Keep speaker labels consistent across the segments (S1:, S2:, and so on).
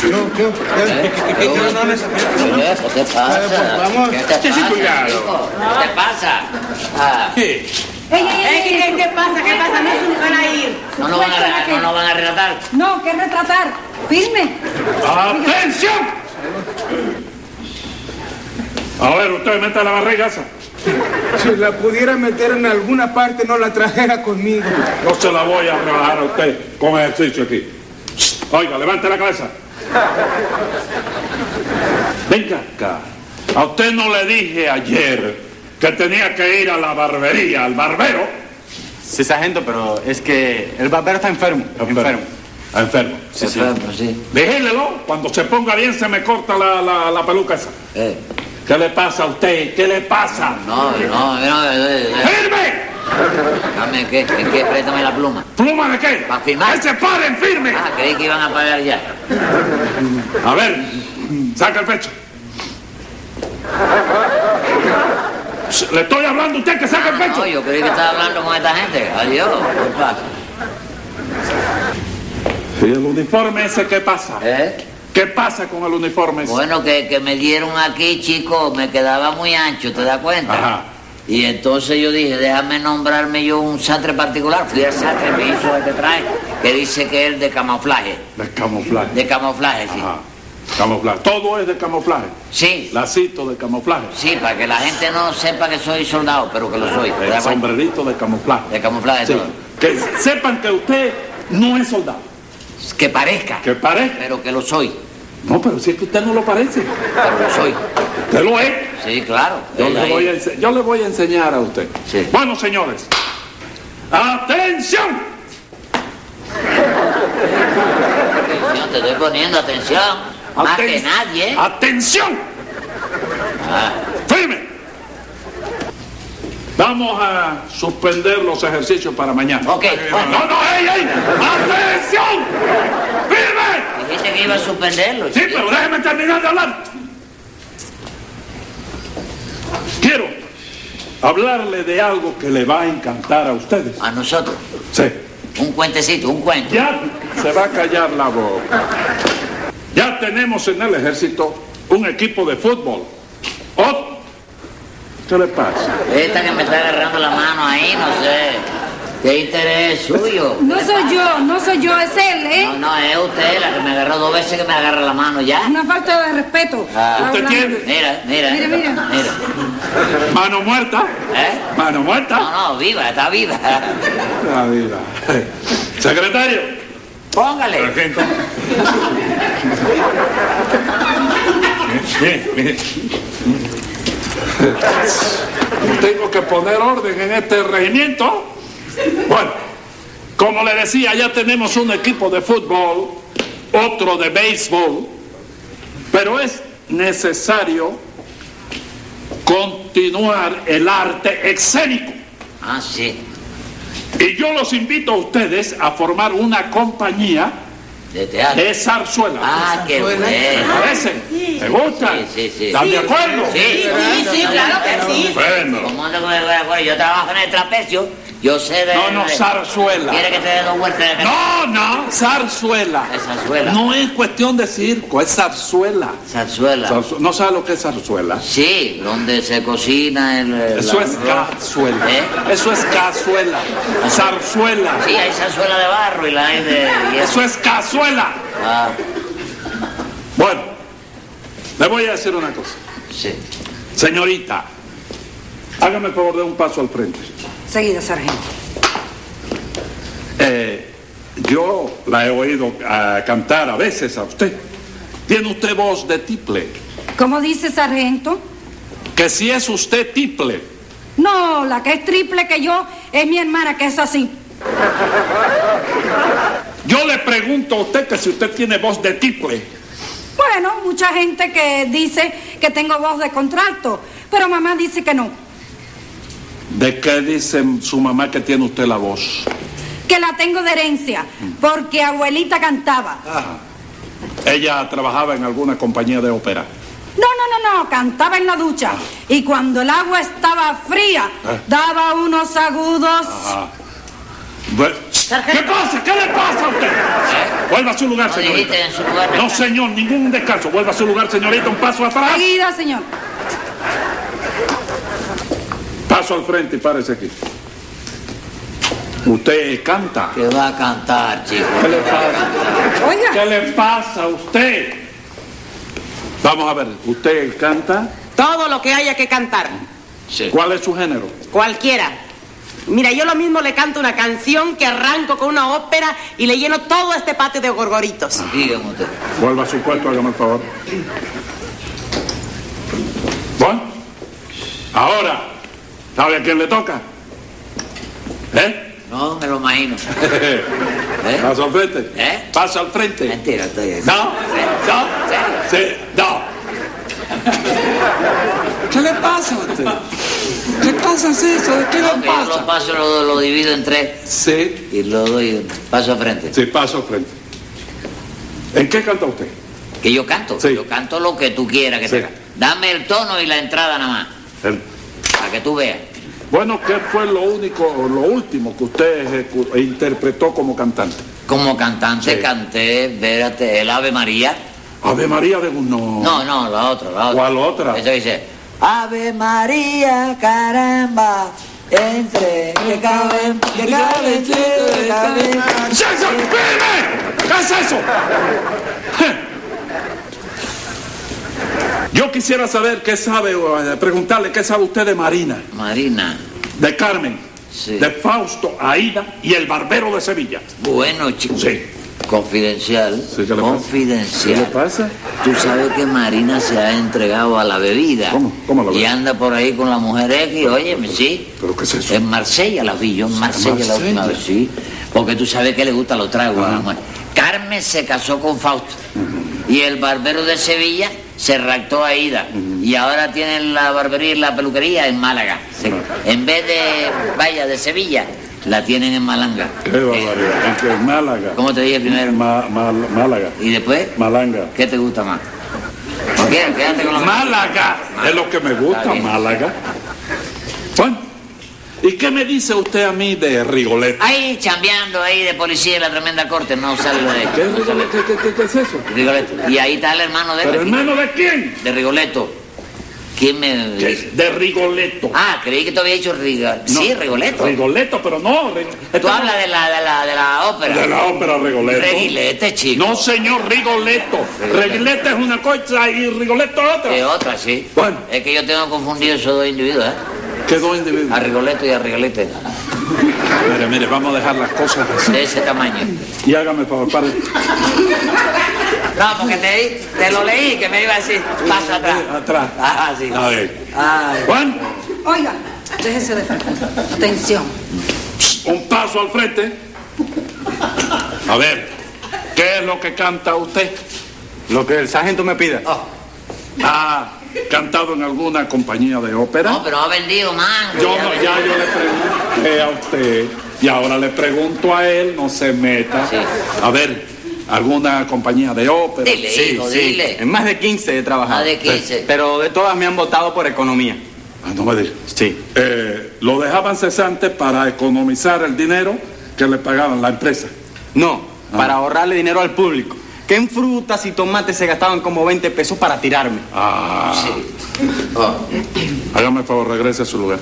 S1: ¿Qué? ¿Qué? ¿Qué?
S2: No, no
S1: necesitas.
S2: ¿Qué pasa?
S1: Vamos.
S2: ¿Qué te
S3: Sí, sí,
S2: pasa,
S3: cuidado.
S2: hijo? ¿Qué te pasa? Ah,
S3: Sí.
S4: Ey, ey, ey, ey, ey, ¿qué pasa? ¿Qué pasa? No se nos van a ir.
S2: no nos van a, re- no nos van a relatar.
S4: No, ¿qué retratar? Firme.
S3: ¡Atención! A ver, usted meta la barriga esa.
S1: Si la pudiera meter en alguna parte, no la trajera conmigo.
S3: No se la voy a rebajar a usted con ejercicio aquí. Oiga, levante la cabeza. Venga acá. A usted no le dije ayer que tenía que ir a la barbería, al barbero.
S5: Sí, sargento, pero es que el barbero está enfermo. Enfermo.
S3: Ah, Enfermo.
S5: Sí, sí.
S2: Enfermo, sí.
S3: Déjelo, cuando se ponga bien se me corta la, la- la peluca esa.
S2: Eh,
S3: ¿Qué le pasa a usted? ¿Qué le pasa?
S2: no, no, no, eh, eh,
S3: ¡Firme!
S2: Dame que, es que préstame la pluma.
S3: ¿Pluma de qué?
S2: Pa' firmar.
S3: ¡Que se paren firme!
S2: Ah, creí que iban a pagar ya.
S3: A ver, saca el pecho. Le estoy hablando a usted que saca el
S2: Ah,
S3: pecho.
S2: no, yo creí que estaba hablando con esta gente. Adiós. ¿Qué pasa?
S3: ¿Y el uniforme ese qué pasa?
S2: ¿Eh?
S3: ¿Qué pasa con el uniforme ese?
S2: Bueno, que, que me dieron aquí, chico, me quedaba muy ancho, ¿te das cuenta?
S3: Ajá.
S2: Y entonces yo dije, déjame nombrarme yo un sastre particular. Fui al sastre, me hizo este traje, que dice que es de camuflaje.
S3: De camuflaje.
S2: De camuflaje, sí.
S3: Ajá. Camuflaje. Todo es de camuflaje.
S2: Sí,
S3: Lacito de camuflaje.
S2: sí, para que la gente no sepa que soy soldado, pero que lo soy. ¿te
S3: El
S2: das cuenta?
S3: sombrerito de camuflaje.
S2: De camuflaje,
S3: Sí.
S2: todo.
S3: Que sepan que usted no es soldado.
S2: Que parezca,
S3: Que parece.
S2: pero que lo soy.
S3: No, pero si es que usted no lo parece.
S2: Pero lo soy.
S3: Usted lo es.
S2: Sí, claro.
S3: Yo
S2: Él
S3: le,
S2: ahí.
S3: voy a, ense- yo le voy a enseñar a usted.
S2: Sí.
S3: Bueno, señores. ¡Atención!
S2: Atención, te estoy poniendo atención. Más
S3: Aten-
S2: que nadie,
S3: Ah.
S2: ¿eh? Ah.
S3: ¡Atención! ¡Firme! Vamos a suspender los ejercicios para mañana.
S2: Ok, bueno.
S3: No, no, ey, ey! ¡Atención! ¡Firme!
S2: Dijiste que iba a suspenderlo.
S3: Sí,
S2: chico.
S3: pero déjeme terminar de hablar. Quiero hablarle de algo que le va a encantar a ustedes.
S2: A nosotros.
S3: Sí.
S2: Un cuentecito, un cuento.
S3: Ya se va a callar la boca. Ya tenemos en el ejército un equipo de fútbol. Ot- ¿Qué le pasa?
S2: Esta que me está agarrando la mano ahí, no sé. ¿Qué interés suyo?
S4: No soy yo, no soy yo, es él,
S2: No,
S4: ¿eh?
S2: no, es usted la que me agarró dos veces que me agarra la mano ya.
S4: Una falta de respeto.
S2: Ah.
S3: ¿Usted
S4: Hablando.
S3: quiere?
S2: Mira, mira.
S4: Mira, mira.
S3: Mano muerta.
S2: ¿Eh?
S3: Mano muerta.
S2: No, no, viva, está viva.
S3: Ah, La vida. Secretario.
S2: Póngale.
S3: Sargento. Bien, bien. Tengo que poner orden en este regimiento. Bueno, como le decía, ya tenemos un equipo de fútbol, otro de béisbol, pero es necesario continuar el arte escénico.
S2: Ah, sí.
S3: Y yo los invito a ustedes a formar una compañía
S2: De teatro.
S3: de zarzuela.
S2: Ah, qué
S3: ¿Te
S2: bueno.
S3: parece? ¿Te gusta?
S2: Sí, sí, sí.
S3: ¿Están de acuerdo?
S2: Sí.
S4: Sí, sí, claro que sí.
S3: Bueno.
S2: ¿Cómo no me voy a acuerdo? Yo trabajo en el trapecio. Yo sé de.
S3: No, no, zarzuela.
S2: ¿Quiere que te dé dos vueltas de cara?
S3: No, no, zarzuela.
S2: Es zarzuela.
S3: No es cuestión de circo, es zarzuela.
S2: Zarzuela.
S3: Zarzu- ¿No sabe lo que es zarzuela?
S2: Sí, donde se cocina el. el
S3: Eso es
S2: arroz.
S3: cazuela.
S2: ¿Eh? Ah.
S3: Eso es cazuela. Zarzuela.
S2: Sí, hay zarzuela de barro y la hay de. y
S3: Eso es cazuela.
S2: Ah,
S3: Bueno, le voy a decir una cosa.
S2: sí.
S3: Señorita, hágame el favor de un paso al frente.
S4: Seguida, sargento.
S3: Eh, yo la he oído ah, cantar a veces a usted. Tiene usted voz de tiple.
S4: ¿Cómo dice sargento?
S3: Que si es usted tiple.
S4: No, la que es triple que yo es mi hermana, que es así.
S3: Yo le pregunto a usted que si usted tiene voz de tiple.
S4: Bueno, mucha gente que dice que tengo voz de contralto, pero mamá dice que no,
S3: ¿De qué dice su mamá que tiene usted la voz?
S4: que la tengo de herencia,
S2: Mm.
S4: porque abuelita cantaba.
S3: Ella trabajaba en alguna compañía de ópera.
S4: No, no, no, no, cantaba en la ducha. Y cuando el agua estaba fría, daba unos agudos.
S3: Ah, Bueno, ¿Qué pasa? ¿Qué le pasa a usted? Vuelva a su lugar,
S2: No
S3: señorita.
S2: dijiste en su lugar,
S3: No,
S2: descanso.
S3: señor, ningún descanso. Vuelva a su lugar, señorita, un paso atrás.
S4: Seguida, señor.
S3: Paso al frente y párese aquí. Usted canta.
S2: Que va a cantar, chico.
S3: ¿Qué le pasa?
S4: Oiga,
S3: ¿Qué le pasa a usted? Vamos a ver, ¿usted canta?
S6: Todo lo que haya que cantar,
S2: Sí.
S3: ¿Cuál es su género?
S6: cualquiera. Mira, yo lo mismo le canto una canción que arranco con una ópera y le lleno todo este patio de gorgoritos.
S2: Dígame usted.
S3: Vuelva a su puesto, hágame el favor. Bueno, ahora, ¿sabe a quién le toca? ¿Eh?
S2: No, me lo imagino. ¿Eh?
S3: Pasa al frente.
S2: ¿Eh?
S3: Pasa al frente.
S2: Mentira, estoy ahí.
S3: No, no, sí, no.
S7: ¿Qué le pasa a usted? ¿Qué pasa es eso? ¿Qué le
S2: Yo lo
S7: pasa?
S2: paso, lo, lo divido en tres
S7: Sí,
S2: y lo doy un paso a frente.
S3: Sí, pasa al frente. ¿En qué canta usted?
S2: Que yo canto,
S3: Sí.
S2: yo canto lo que tú quieras que
S3: Sí.
S2: te cante. Dame el tono y la entrada nada más,
S3: El-
S2: para que tú veas.
S3: Bueno, ¿qué fue lo único o lo último que usted ejecu- interpretó como cantante?
S2: Como cantante
S3: Sí.
S2: canté, vérate, el Ave María.
S3: Ave María de Guzmán.
S2: No, no, la otra, la otra.
S3: Oh. ¿Cuál otra?
S2: Eso dice, Ave María, caramba, entre, que caben, que caben, que caben.
S3: ¡César, espéreme! ¿Qué es eso? Yo quisiera saber qué sabe, o eh, preguntarle qué sabe usted de Marina,
S2: Marina,
S3: de Carmen,
S2: Sí.
S3: de Fausto, Aida y el Barbero de Sevilla.
S2: bueno, chico.
S3: Sí.
S2: Confidencial,
S3: Sí, ¿qué le pasa?
S2: confidencial.
S3: pasa?
S2: Tú sabes que Marina se ha entregado a la bebida.
S3: ¿Cómo? ¿Cómo la
S2: Y
S3: bebida?
S2: anda por ahí con la mujer X, oye, sí.
S3: ¿Pero qué es eso?
S2: En Marsella la vi, yo en Marsella, la última
S3: Marsella?
S2: vez, sí. Porque tú sabes que le gustan los tragos a la mujer. Carmen se casó con Fausto. Y el barbero de Sevilla se raptó a Ida. Y ahora tienen la barbería y la peluquería en Málaga. Se- En vez de, vaya, de Sevilla, la tienen en Malanga.
S3: Qué barbaridad. Es que eh, es Málaga.
S2: ¿Cómo te dije primero?
S3: Ma- ma- Málaga.
S2: ¿Y después?
S3: Malanga.
S2: ¿Qué te gusta más? ¿Por qué? Quédate con la
S3: Málaga. Es lo que me gusta,
S2: Está bien.
S3: Málaga. Bueno, ¿y qué me dice usted a mí de Rigoletto?
S2: Ahí chambeando ahí de policía de la tremenda corte, no sale de
S3: ¿Qué es Rigoletto? ¿Qué- qué- qué es eso?
S2: Rigoletto. Y ahí está el hermano de él,
S3: ¿Pero
S2: aquí,
S3: hermano de quién?
S2: de Rigoletto. ¿Quién me dice?
S3: De Rigoletto.
S2: Ah, creí que te había dicho Riga...
S3: No,
S2: Sí, Rigoletto.
S3: Rigoletto, pero no. Rig-
S2: Tú
S3: Estamos-
S2: hablas de la, de la, de la ópera.
S3: de la ópera Rigoletto.
S2: Reguilete, chico.
S3: No, señor, Rigoletto.
S2: Rigoletto.
S3: Rigoletto es una cosa y Rigoletto es
S2: Que
S3: otra.
S2: otra, sí.
S3: Bueno.
S2: Es que yo tengo confundido esos dos individuos, ¿eh?
S3: Quedó individuo.
S2: A Rigoletto y a Rigoletto. Ah.
S3: Mire, mire, vamos a dejar las cosas así.
S2: De ese tamaño.
S3: Y hágame el favor, pare.
S2: No, porque te, di- te lo leí que me iba a decir, paso atrás.
S3: Atrás.
S2: Ah, sí.
S3: A ver.
S2: Ay.
S3: Juan,
S4: oiga, déjese de Atención.
S3: un paso al frente. A ver, ¿qué es lo que canta usted?
S5: Lo que el sargento me pida.
S3: ¿Ha Ah, cantado en alguna compañía de ópera?
S2: No, pero ha vendido mango.
S3: Yo
S2: ya
S3: no,
S2: ven-
S3: ya yo le pregunté a usted y ahora le pregunto a él, no se meta.
S2: Sí.
S3: A ver, alguna compañía de ópera.
S2: Dile, hijo, dile.
S5: En más de 15 he trabajado.
S2: Más de 15.
S5: Pero de todas me han votado por economía.
S3: Ah, no me diga.
S5: Sí.
S3: Eh, lo dejaban cesante para economizar el dinero que le pagaban la empresa.
S5: No,
S3: Ah.
S5: para ahorrarle dinero al público. Que en frutas y tomates se gastaban como 20 pesos para tirarme.
S3: Ah. Hágame el favor, regrese a su lugar.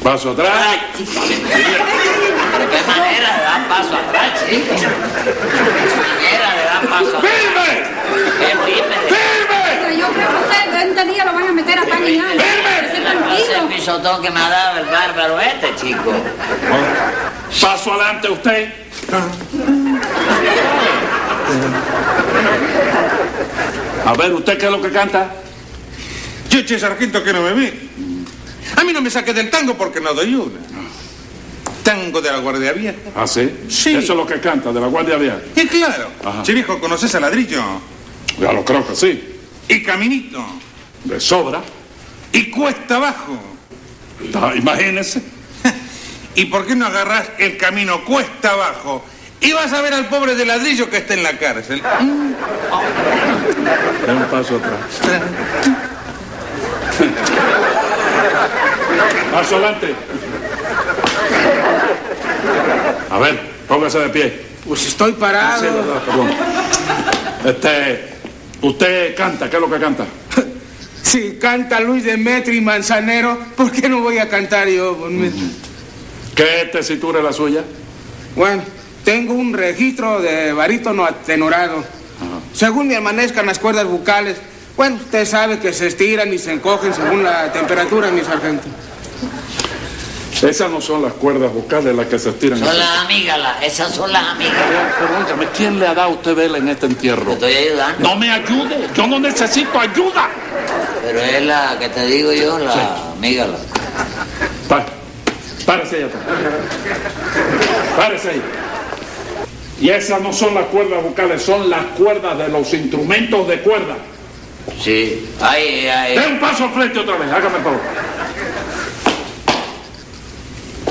S3: Paso atrás.
S2: Ay, chico, ¿De qué manera le dan paso atrás, chico? ¿De qué manera le dan paso atrás?
S3: ¡Firme!
S2: ¡Qué firme!
S3: ¡Firme!
S4: Pero yo creo que ustedes en 20 días lo van a meter a pan y nada. Ese
S2: Ese
S4: tranquilo.
S2: pisotón que me ha dado el bárbaro este, chico.
S3: Paso adelante usted. A ver, ¿usted qué es lo que canta?
S7: Yo, che, sargento, que no me ve. A mí no me saques del tango porque no doy una. Tango de la Guardia Abierta.
S3: ¿Ah, sí?
S7: Sí.
S3: Eso es lo que canta, de la Guardia Vieja.
S7: Y claro,
S3: Ajá.
S7: che viejo, conoces a ladrillo.
S3: Ya lo creo que sí.
S7: Y caminito.
S3: De sobra.
S7: Y cuesta abajo.
S3: Ta- Imagínese.
S7: ¿Y por qué no agarrás el camino cuesta abajo? Y vas a ver al pobre de ladrillo que está en la cárcel.
S3: Da un paso atrás. Paso adelante. A ver, póngase de pie.
S8: Pues estoy
S3: Ah, sí,
S8: parado.
S3: verdad, perdón. Este, usted canta, ¿qué es lo que canta?
S8: Si canta Luis Demetri y Manzanero, ¿por qué no voy a cantar yo? Pues, por mí?
S3: ¿Qué tesitura es la suya?
S8: Bueno, tengo un registro de barítono atenorado. Según me amanezcan las cuerdas bucales, bueno, usted sabe que se estiran y se encogen según la temperatura, mi sargento.
S3: Esas no son las cuerdas vocales las que se estiran.
S2: Son las amígala, esas son las amígala.
S3: Pero óigame, ¿quién le ha dado a usted vela en este
S2: Te
S3: entierro?
S2: estoy ayudando,
S3: No me ayude, yo no necesito ayuda.
S2: pero es la que te digo yo, la amígala.
S3: Pa- Párese ahí atrás. Párese ahí. Y esas no son las cuerdas vocales, son las cuerdas de los instrumentos de cuerda.
S2: Sí, ay, ay.
S3: Dé un paso al frente otra vez, hágame el favor.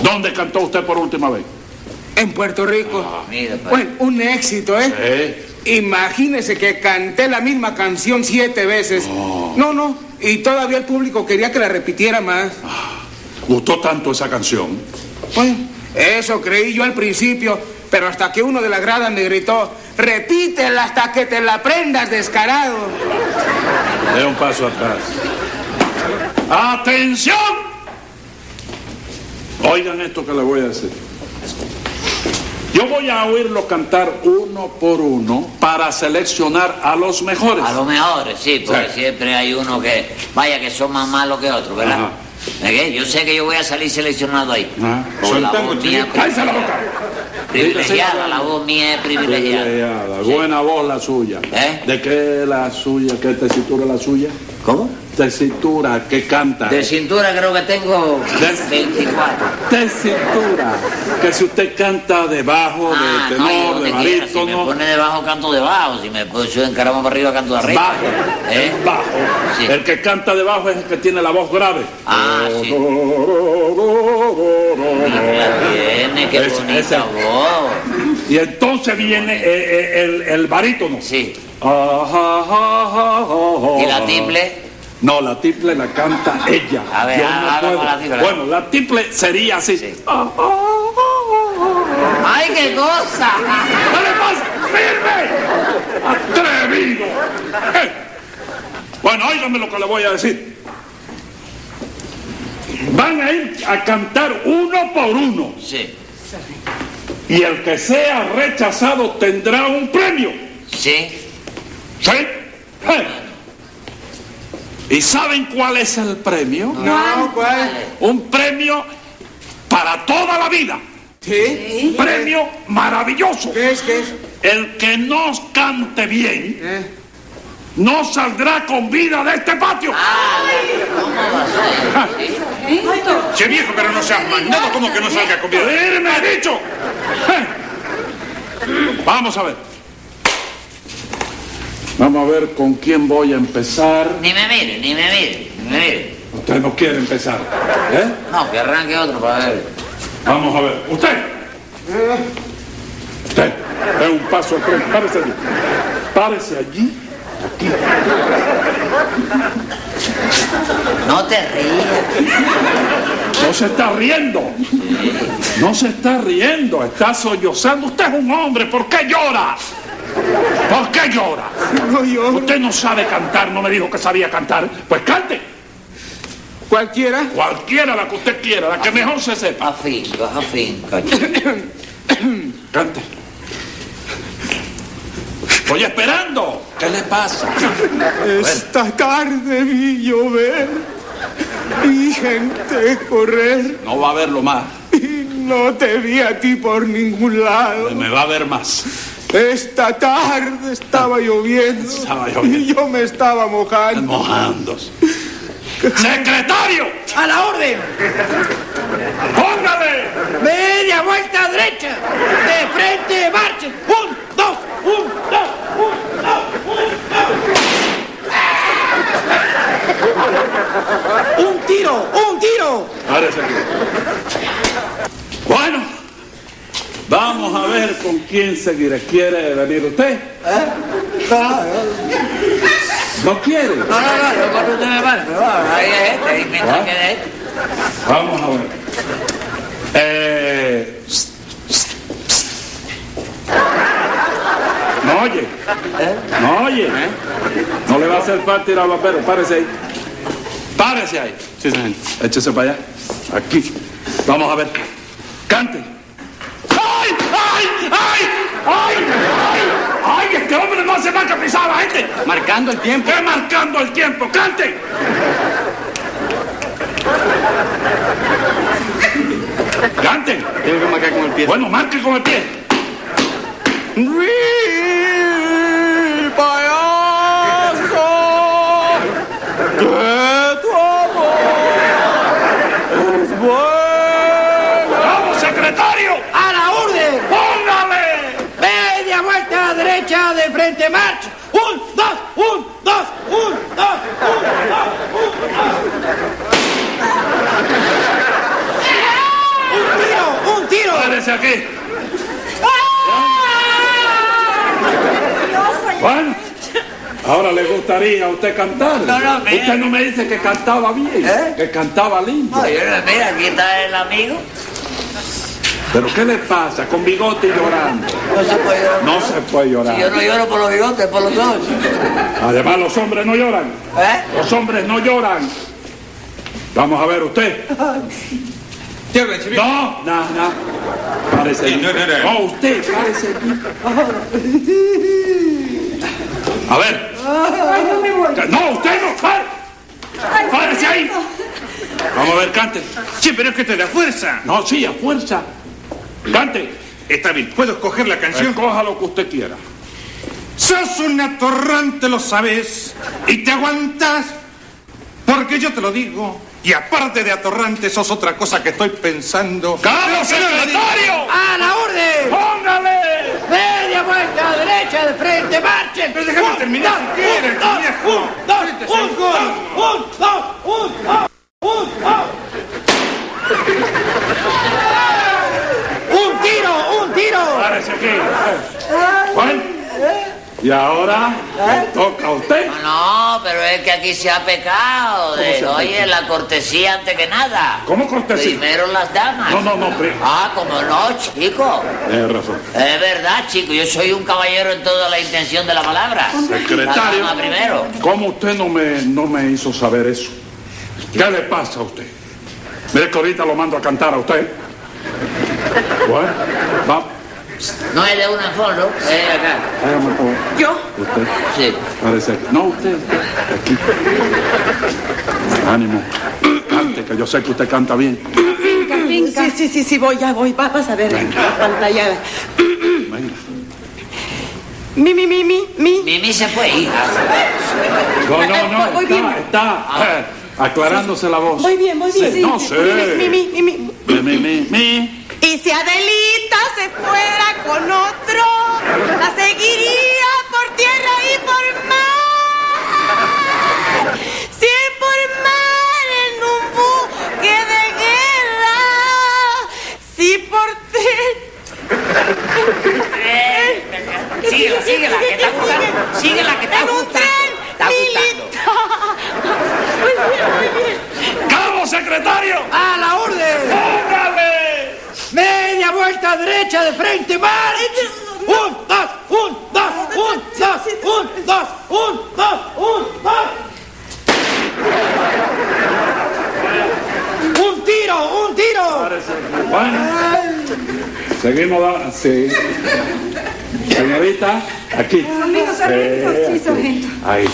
S3: ¿Dónde cantó usted por última vez?
S8: En Puerto Rico.
S2: Mira, pa-
S8: Bueno, un éxito, ¿eh?
S3: ¿Eh?
S8: Imagínese que canté la misma canción siete veces. No, no. Y todavía el público quería que la repitiera más.
S3: Gustó tanto esa canción.
S8: Bueno, eso creí yo al principio, pero hasta que uno de la grada me gritó, repítela hasta que te la aprendas, descarado.
S3: Dé un paso atrás. ¡Atención! Oigan esto que les voy a decir. Yo voy a oírlo cantar uno por uno para seleccionar a los mejores.
S2: a lo mejor, sí, porque
S3: Sí.
S2: siempre hay uno que, vaya, que son más malos que otros, ¿verdad? ¿Eh? Yo sé que yo voy a salir seleccionado ahí.
S3: Ajá.
S2: Con la
S7: Soltamos,
S2: voz mía
S7: chiquito.
S3: ¡Cállese la boca!
S2: privilegiada, la voz mía es privilegiada.
S3: Privilegiada. Buena voz la suya.
S2: ¿Eh?
S3: ¿De qué es la suya? ¿Qué tesitura es la suya?
S2: ¿Cómo?
S3: Tesitura, ¿qué canta?
S2: De cintura creo que tengo
S3: De-
S2: 24.
S3: Tesitura. Que si usted canta debajo,
S2: Ah,
S3: de
S2: no, yo
S3: tenor,
S2: lo
S3: de
S2: que quiera. Si me
S3: barítono.
S2: pone debajo, canto debajo. Si me pone en caramba para arriba, canto de arriba.
S3: Bajo,
S2: ¿Eh?
S3: es bajo.
S2: Sí.
S3: El que canta debajo es el que tiene la voz grave.
S2: Ah, sí. Tiene, qué
S3: Es-
S2: bonita
S3: esa.
S2: voz.
S3: Y entonces viene eh, eh, el, el barítono. Ah,
S2: Sí.
S3: ¿Y
S2: ¿Y
S3: Oh.
S2: la tiple?
S3: No, la tiple la canta ella.
S2: A ver,
S3: Yo
S2: ah,
S3: no
S2: ah,
S3: puedo.
S2: vamos a la tiple.
S3: Bueno, la tiple sería así. Ah,
S2: ¡Ay, qué cosa!
S3: ¿Qué le pasa? ¡Firme! ¡Atrevido! Eh. Bueno, óigame lo que le voy a decir. Van a ir a cantar uno por uno.
S2: Sí.
S3: Y el que sea rechazado tendrá un premio.
S2: Sí.
S3: ¿Sí? Eh. ¿Y saben cuál es el premio?
S8: No, ¿cuál?
S3: Un premio para toda la vida.
S8: ¿Sí?
S3: Premio maravilloso.
S8: ¿Qué es? ¿Qué es?
S3: El que no cante bien
S8: Eh.
S3: no saldrá con vida de este patio.
S7: Che viejo, pero no seas mandado, ¿cómo que no salga con vida?
S3: ¡Oír, me ha dicho! Eh. Vamos a ver. Vamos a ver con quién voy a empezar.
S2: Ni me mire, ni me mire, ni me mire.
S3: Usted no quiere empezar. ¿eh?
S2: No, que arranque otro para ver.
S3: Vamos a ver. Usted. Usted. Es un paso al frente. Párese allí. Párese allí.
S2: No te rías.
S3: No se está riendo. No se está riendo. Está sollozando. Usted es un hombre. ¿Por qué llora? ¿Por qué llora?
S8: No, yo.
S3: Usted no sabe cantar. No me dijo que sabía cantar. Pues cante.
S8: ¿Cualquiera?
S3: Cualquiera, la que usted quiera, la que mejor se sepa.
S2: Afinco, afinco.
S3: Cante. Estoy esperando. ¿Qué le pasa?
S8: Esta tarde vi llover, vi gente correr,
S3: No va a verlo más.
S8: y no te vi a ti por ningún lado.
S3: Me va a ver más. Ah,
S8: Esta tarde estaba lloviendo,
S3: Estaba lloviendo.
S8: y yo me estaba mojando.
S3: Mojándose. ¡Secretario!
S8: ¡A la orden!
S3: ¡Póngale!
S8: Media vuelta derecha, de frente, marcha. Un, dos, un, dos, un, dos, un, Un tiro, un tiro.
S3: Párese aquí. Bueno, vamos a ver con quién seguirá. ¿Quiere venir usted?
S8: Ah,
S3: ¿No quiere?
S2: No, no, no, no, cuando usted me para, pero bueno, ahí es este, ahí mientras
S3: Ah.
S2: quede este.
S3: Vamos a ver. Eh, No, oye, no le va a hacer falta ir al barbero, párese ahí. Párese ahí. Sí, señor. Échese para allá. Aquí. Vamos a ver. Cante. ¡Ay! ¡Ay! ¡Ay! ¡Ay! ¡Ay! ¡Ay! ¡Este hombre no se va a capizar a la gente!
S5: Marcando el tiempo.
S3: ¡Que marcando el tiempo! ¡Cante! ¡Cante!
S5: Tengo que marcar con el pie.
S3: Bueno, marque con el pie.
S7: ¡Vil payaso! ¡Que tu amor es bueno!
S3: ¡Vamos, secretario!
S6: ¡A la orden!
S3: ¡Póngale!
S6: Media vuelta derecha de frente, marcha. Un, dos, un, dos, un, dos, un, dos, un, dos. Un tiro, un tiro.
S3: ¡Párese aquí! Bueno, ahora le gustaría a usted cantar.
S2: No, no, mira.
S3: usted no me dice que cantaba bien,
S6: ¿Eh?
S3: que cantaba lindo.
S2: No, yo no- mira, aquí está el amigo.
S3: ¿Pero qué le pasa con bigote y llorando?
S2: No se puede llorar.
S3: No se puede
S2: Si yo
S3: llorar.
S2: no lloro por los bigotes, por los ojos.
S3: Además, los hombres no lloran.
S2: ¿Eh?
S3: Los hombres no lloran. Vamos a ver usted.
S7: Llévame, chivito.
S3: No, no, no. Parece
S7: Sí, no, no, no.
S3: No, usted, parece A ver. No, usted no. pare. Párese ahí. Vamos a ver, cante.
S7: Che, pero es que te da fuerza.
S3: No, sí, a fuerza. Cante.
S7: Está bien, ¿puedo escoger la canción?
S3: Coja lo que usted quiera.
S7: Sos un atorrante, lo sabes, y te aguantas, porque yo te lo digo. Y aparte de atorrante, sos otra cosa que estoy pensando.
S3: ¡Carlos
S7: Pero que no lo digo.
S3: secretario!
S6: ¡A la orden!
S3: ¡Póngale!
S6: Media vuelta derecha de frente, marchen.
S7: Pero déjame
S6: Un,
S7: terminar,
S6: dos,
S7: si quieres,
S6: un, dos,
S7: viejo.
S6: un, dos,
S7: Vete,
S6: un,
S7: señor.
S6: dos, un, dos, un, dos, un, dos. Un tiro, un tiro.
S3: Párese aquí. Bueno, y ahora le toca a usted.
S2: No, pero es que aquí se ha pecado. de- oye, la cortesía antes que nada.
S3: ¿Cómo cortesía?
S2: Primero las damas.
S3: No, no, no, pri-
S2: Ah, como no, chico.
S3: Tiene razón.
S2: Es verdad, chico. Yo soy un caballero en toda la intención de la palabra.
S3: Secretario.
S2: La dama primero.
S3: ¿Cómo usted no me, no me hizo saber eso? ¿Qué le pasa a usted? Mire que ahorita lo mando a cantar a usted. Bueno, va.
S2: No es de una fondo, es acá.
S3: Hágame favor.
S6: Yo,
S3: Usted,
S2: Sí.
S3: parece que- No, usted, usted. Aquí. Ánimo. Cante, que yo sé que usted canta bien.
S6: sí, sí, sí, sí, voy, ya voy, va- vas a ver la pantallada.
S3: Venga.
S6: Mi, mi, mi, mi, mi.
S2: Mimi se fue, hija.
S3: No, no, no,
S6: Voy bien.
S3: está, está eh, aclarándose la voz.
S6: Muy bien, muy bien.
S3: Sí, no sé.
S6: Mi, mi, mi, mi.
S3: Mi, mi, mi, mi.
S6: Y si Adelita se fuera con otro, la seguiría por tierra y por mar. Si por mar en un buque de guerra, si por tierra.
S2: Síguela, síguela, que está gustando. Síguela, que está
S6: en un
S2: gustando.
S6: tren
S2: Está gustando.
S6: militar. Muy bien, muy bien.
S3: ¡Cabo, secretario!
S6: ¡A la orden!
S3: ¡Póngale!
S6: Media vuelta derecha de frente, mar. Un, dos, un, dos, un, dos, un, dos, un, dos, un, dos. Un tiro, un tiro.
S3: Bueno, seguimos, da- sí. Señorita, aquí.
S4: Amigos, sargentos, sí, sargento.
S3: Ahí.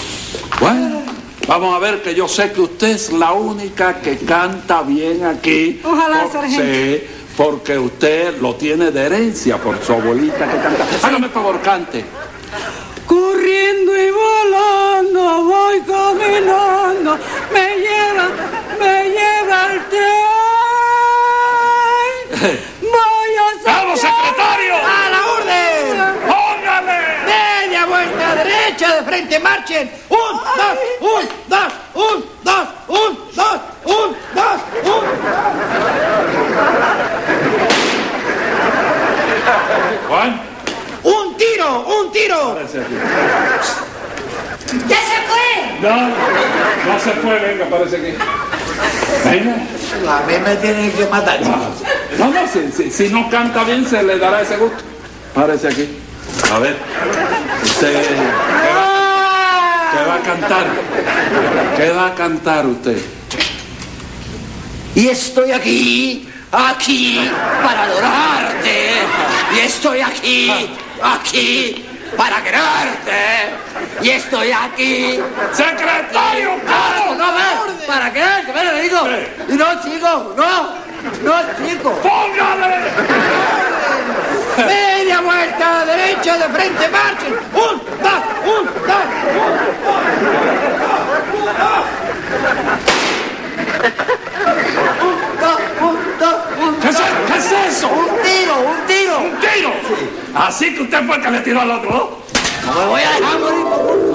S3: Bueno, vamos a ver que yo sé que usted es la única que canta bien aquí.
S4: Ojalá,
S3: Por-
S4: sargento.
S3: Sí, porque usted lo tiene de herencia por su abuelita que canta. Hágame favor, cante.
S6: Corriendo y volando, voy caminando, me lleva, me lleva el tren. Voy a
S3: ¡Vamos, secretario!
S6: ¡A la orden!
S3: ¡Póngale!
S6: Media vuelta derecha, de frente, marchen. Un, dos, un, dos, un, dos, un, dos, un, dos, un.
S3: Juan,
S6: Un tiro, un tiro.
S3: párese aquí.
S4: ¡Ya se fue!
S3: No, no se fue, venga, parece que. Venga. Ah,
S2: A mí me tienen que matar.
S3: No, no, si, si- si no canta bien se le dará ese gusto. Párese aquí. A ver, usted. ¿Qué va a cantar? ¿Qué va a cantar usted?
S8: Y estoy aquí, aquí, para adorarte. Y estoy aquí, aquí, para quererte. Y estoy aquí.
S3: ¡Secretario!
S8: ¡No, no ves! ¿Para qué? ¿Qué me lo digo? No, chico, no. No, chico.
S3: ¡Póngale!
S6: Media vuelta a la derecha, de frente, marchen. Un, dos, un, dos, un, dos, un, dos. Un, dos, un, dos, un,
S3: ¿Qué es, qué es eso?
S6: un tiro, un tiro.
S3: ¡Un tiro! Así que usted fue el que le tiró al otro.
S8: No me voy a dejar morir. por-